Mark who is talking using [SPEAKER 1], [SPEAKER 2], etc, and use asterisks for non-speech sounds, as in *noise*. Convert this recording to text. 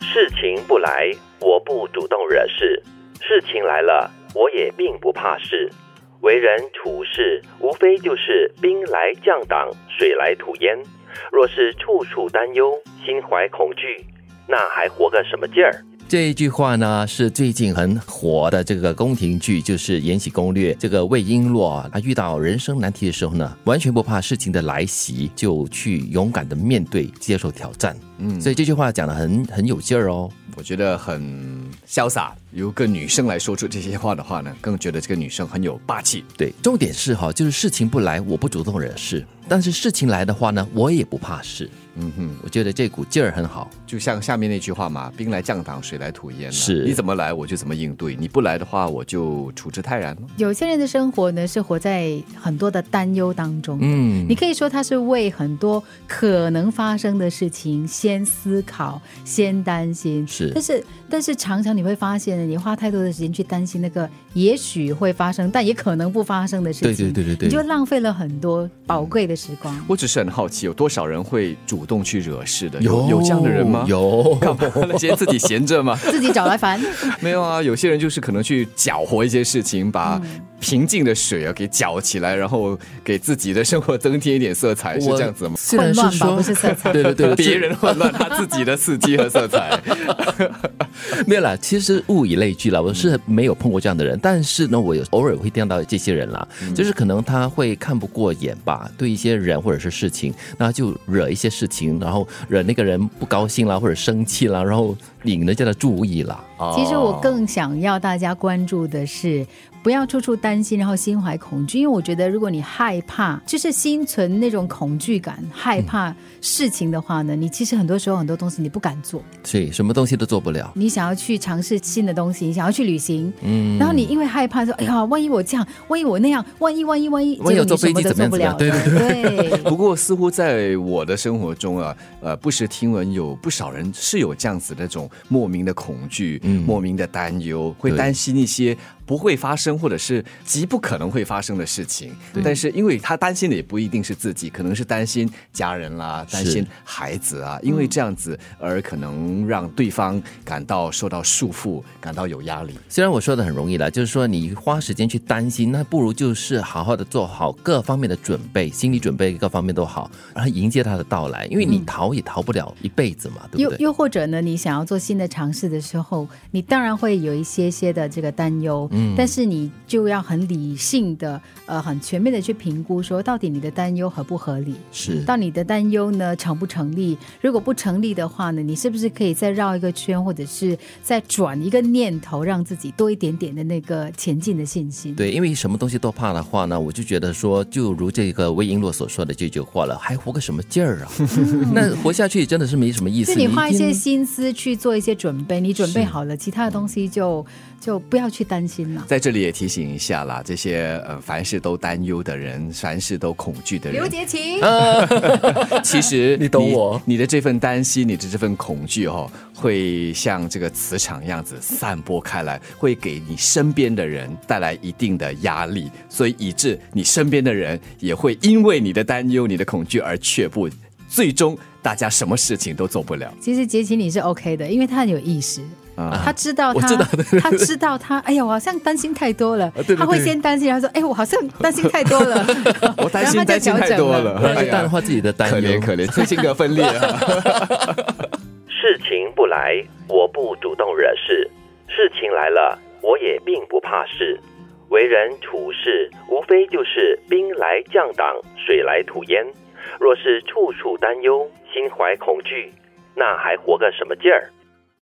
[SPEAKER 1] 事情不来，我不主动惹事；事情来了，我也并不怕事。为人处事，无非就是兵来将挡，水来土掩。若是处处担忧，心怀恐惧，那还活个什么劲儿？
[SPEAKER 2] 这一句话呢，是最近很火的这个宫廷剧，就是《延禧攻略》。这个魏璎珞啊，她遇到人生难题的时候呢，完全不怕事情的来袭，就去勇敢的面对，接受挑战。
[SPEAKER 3] 嗯，
[SPEAKER 2] 所以这句话讲的很很有劲儿哦。
[SPEAKER 3] 我觉得很潇洒。由个女生来说出这些话的话呢，更觉得这个女生很有霸气。
[SPEAKER 2] 对，重点是哈，就是事情不来，我不主动惹事；但是事情来的话呢，我也不怕事。
[SPEAKER 3] 嗯哼，
[SPEAKER 2] 我觉得这股劲儿很好。
[SPEAKER 3] 就像下面那句话嘛，“兵来将挡，水来土掩、啊”，
[SPEAKER 2] 是
[SPEAKER 3] 你怎么来我就怎么应对，你不来的话我就处之泰然了。
[SPEAKER 4] 有些人的生活呢是活在很多的担忧当中。
[SPEAKER 2] 嗯
[SPEAKER 4] 你可以说他是为很多可能发生的事情先思考、先担心，
[SPEAKER 2] 是
[SPEAKER 4] 但是但是常常你会发现，你花太多的时间去担心那个也许会发生，但也可能不发生的事情，
[SPEAKER 2] 对对对对对
[SPEAKER 4] 你就浪费了很多宝贵的时光。
[SPEAKER 3] 我只是很好奇，有多少人会主动去惹事的？
[SPEAKER 2] 有
[SPEAKER 3] 有这样的人吗？
[SPEAKER 2] 有，
[SPEAKER 3] 干嘛？那些自己闲着吗？ *laughs*
[SPEAKER 4] 自己找来烦，
[SPEAKER 3] 没有啊，有些人就是可能去搅和一些事情，把
[SPEAKER 2] 嗯
[SPEAKER 3] 平静的水啊给搅起来，然后给自己的生活增添一点色彩，是这样子吗？
[SPEAKER 2] 虽然
[SPEAKER 4] 混
[SPEAKER 2] 是
[SPEAKER 4] 乱吧
[SPEAKER 2] 说
[SPEAKER 4] 不是色彩
[SPEAKER 2] 对对对，
[SPEAKER 3] 别人混乱，他自己的刺激和色彩。
[SPEAKER 2] *laughs* 没有啦，其实物以类聚啦，我是没有碰过这样的人，但是呢，我有偶尔会见到这些人啦，就是可能他会看不过眼吧，对一些人或者是事情，那就惹一些事情，然后惹那个人不高兴啦，或者生气啦，然后引人家的注意啦。
[SPEAKER 4] 其实我更想要大家关注的是，不要处处担心，然后心怀恐惧。因为我觉得，如果你害怕，就是心存那种恐惧感，害怕事情的话呢，你其实很多时候很多东西你不敢做。
[SPEAKER 2] 所以什么东西都做不了。
[SPEAKER 4] 你想要去尝试新的东西，你想要去旅行，嗯，然后你因为害怕说，哎呀，万一我这样，万一我那样，万一万一万一，
[SPEAKER 2] 万一我坐
[SPEAKER 4] 结
[SPEAKER 2] 飞
[SPEAKER 4] 果
[SPEAKER 2] 机
[SPEAKER 4] 你什么都做不了，
[SPEAKER 2] 怎么样
[SPEAKER 4] 对对。
[SPEAKER 3] *laughs* 不过，似乎在我的生活中啊，呃，不时听闻有不少人是有这样子那种莫名的恐惧、莫名的担忧，会
[SPEAKER 2] 对
[SPEAKER 3] 担心一些不会发生或者是极不可能会发生的事情。但是，因为他担心的也不一定是自己，可能是担心家人啦，担心孩子啊，因为这样子而可能让对方感到受到束缚，感到有压力。
[SPEAKER 2] 虽然我说的很容易了，就是说你花时间去担心，那不如就是好好的做好各方面的准备，心理准备各方面都好，然后迎接它的到来，因为你逃也逃不了一辈子嘛，对
[SPEAKER 4] 又
[SPEAKER 2] 不对？
[SPEAKER 4] 又或者呢，你想要做新的尝试的时候，你当然会有一些些的这个担忧，嗯，但是你就要很理性的，呃，很全面的去评估，说到底你的担忧合不合理，
[SPEAKER 2] 是
[SPEAKER 4] 到你的担忧呢成不成立？如果不成立的话呢，你是不是可以再绕一个圈，或者是再转一个念头，让自己多一点点的那个前进的信心？
[SPEAKER 2] 对，因为什么东西都怕的话呢，我就觉得说，就如这个魏璎珞所说的这句话了，还活个什么劲儿啊？ *laughs* 那活下去真的是没什么意思。
[SPEAKER 4] 就你花一些
[SPEAKER 2] 定
[SPEAKER 4] 心思去做一些准备，你准备好了，其他的东西就就不要去担心了。
[SPEAKER 3] 在这里也提醒一下啦，这些呃，凡事都担忧的人，凡事都恐惧的人，
[SPEAKER 4] 刘杰琴。
[SPEAKER 3] 其实
[SPEAKER 2] 你懂我
[SPEAKER 3] 你，的这份担心，你的这份恐惧哦，会像这个磁场一样子散播开来，会给你身边的人带来一定的压力，所以以致你身边的人也会因为你的担忧、你的恐惧而却步，最终大家什么事情都做不了。
[SPEAKER 4] 其实杰奇你是 OK 的，因为他很有意识。
[SPEAKER 3] 啊
[SPEAKER 4] 他知道
[SPEAKER 2] 我
[SPEAKER 4] 他，
[SPEAKER 2] 知道
[SPEAKER 4] 他知道他，哎呀，我好像担心太多
[SPEAKER 3] 啊
[SPEAKER 4] 了。
[SPEAKER 2] 对
[SPEAKER 4] 他会先担心，然后说，哎，我好像担心太多了。
[SPEAKER 3] *laughs*
[SPEAKER 4] *laughs*
[SPEAKER 3] 我担心
[SPEAKER 4] 然后他
[SPEAKER 3] 担
[SPEAKER 4] 就
[SPEAKER 3] 心
[SPEAKER 4] 调
[SPEAKER 3] 太
[SPEAKER 4] 整
[SPEAKER 3] 多
[SPEAKER 4] 了。
[SPEAKER 3] 了，
[SPEAKER 2] 然后
[SPEAKER 3] 哎
[SPEAKER 2] 就淡
[SPEAKER 3] 呀，
[SPEAKER 2] 化自己的担
[SPEAKER 3] 可
[SPEAKER 2] 忧。
[SPEAKER 3] 怜可怜，这性格分裂、啊。
[SPEAKER 1] 事情不来，我不主动惹事；事情来了，我也并不怕事。为人处事，无非就是兵来将挡，水来土掩。若是处处担忧，心怀恐惧，那还活个什么劲儿？